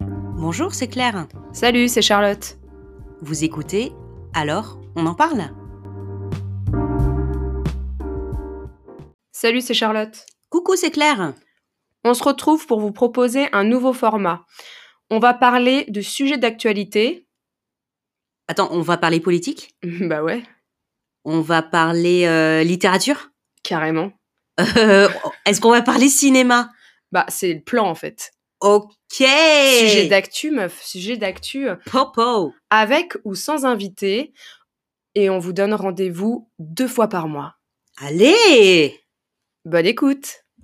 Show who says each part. Speaker 1: Bonjour, c'est Claire.
Speaker 2: Salut, c'est Charlotte.
Speaker 1: Vous écoutez Alors, on en parle
Speaker 2: Salut, c'est Charlotte.
Speaker 1: Coucou, c'est Claire.
Speaker 2: On se retrouve pour vous proposer un nouveau format. On va parler de sujets d'actualité.
Speaker 1: Attends, on va parler politique
Speaker 2: bah ouais,
Speaker 1: On va parler euh, littérature
Speaker 2: carrément.
Speaker 1: Euh, Est-ce qu'on va parler cinéma
Speaker 2: Bah c'est le plan en fait.
Speaker 1: Ok Eh
Speaker 2: Sujet d'actu, meuf, sujet d'actu euh,
Speaker 1: Popo
Speaker 2: avec ou sans invité. Et on vous donne rendez-vous deux fois par mois.
Speaker 1: Allez
Speaker 2: Bonne écoute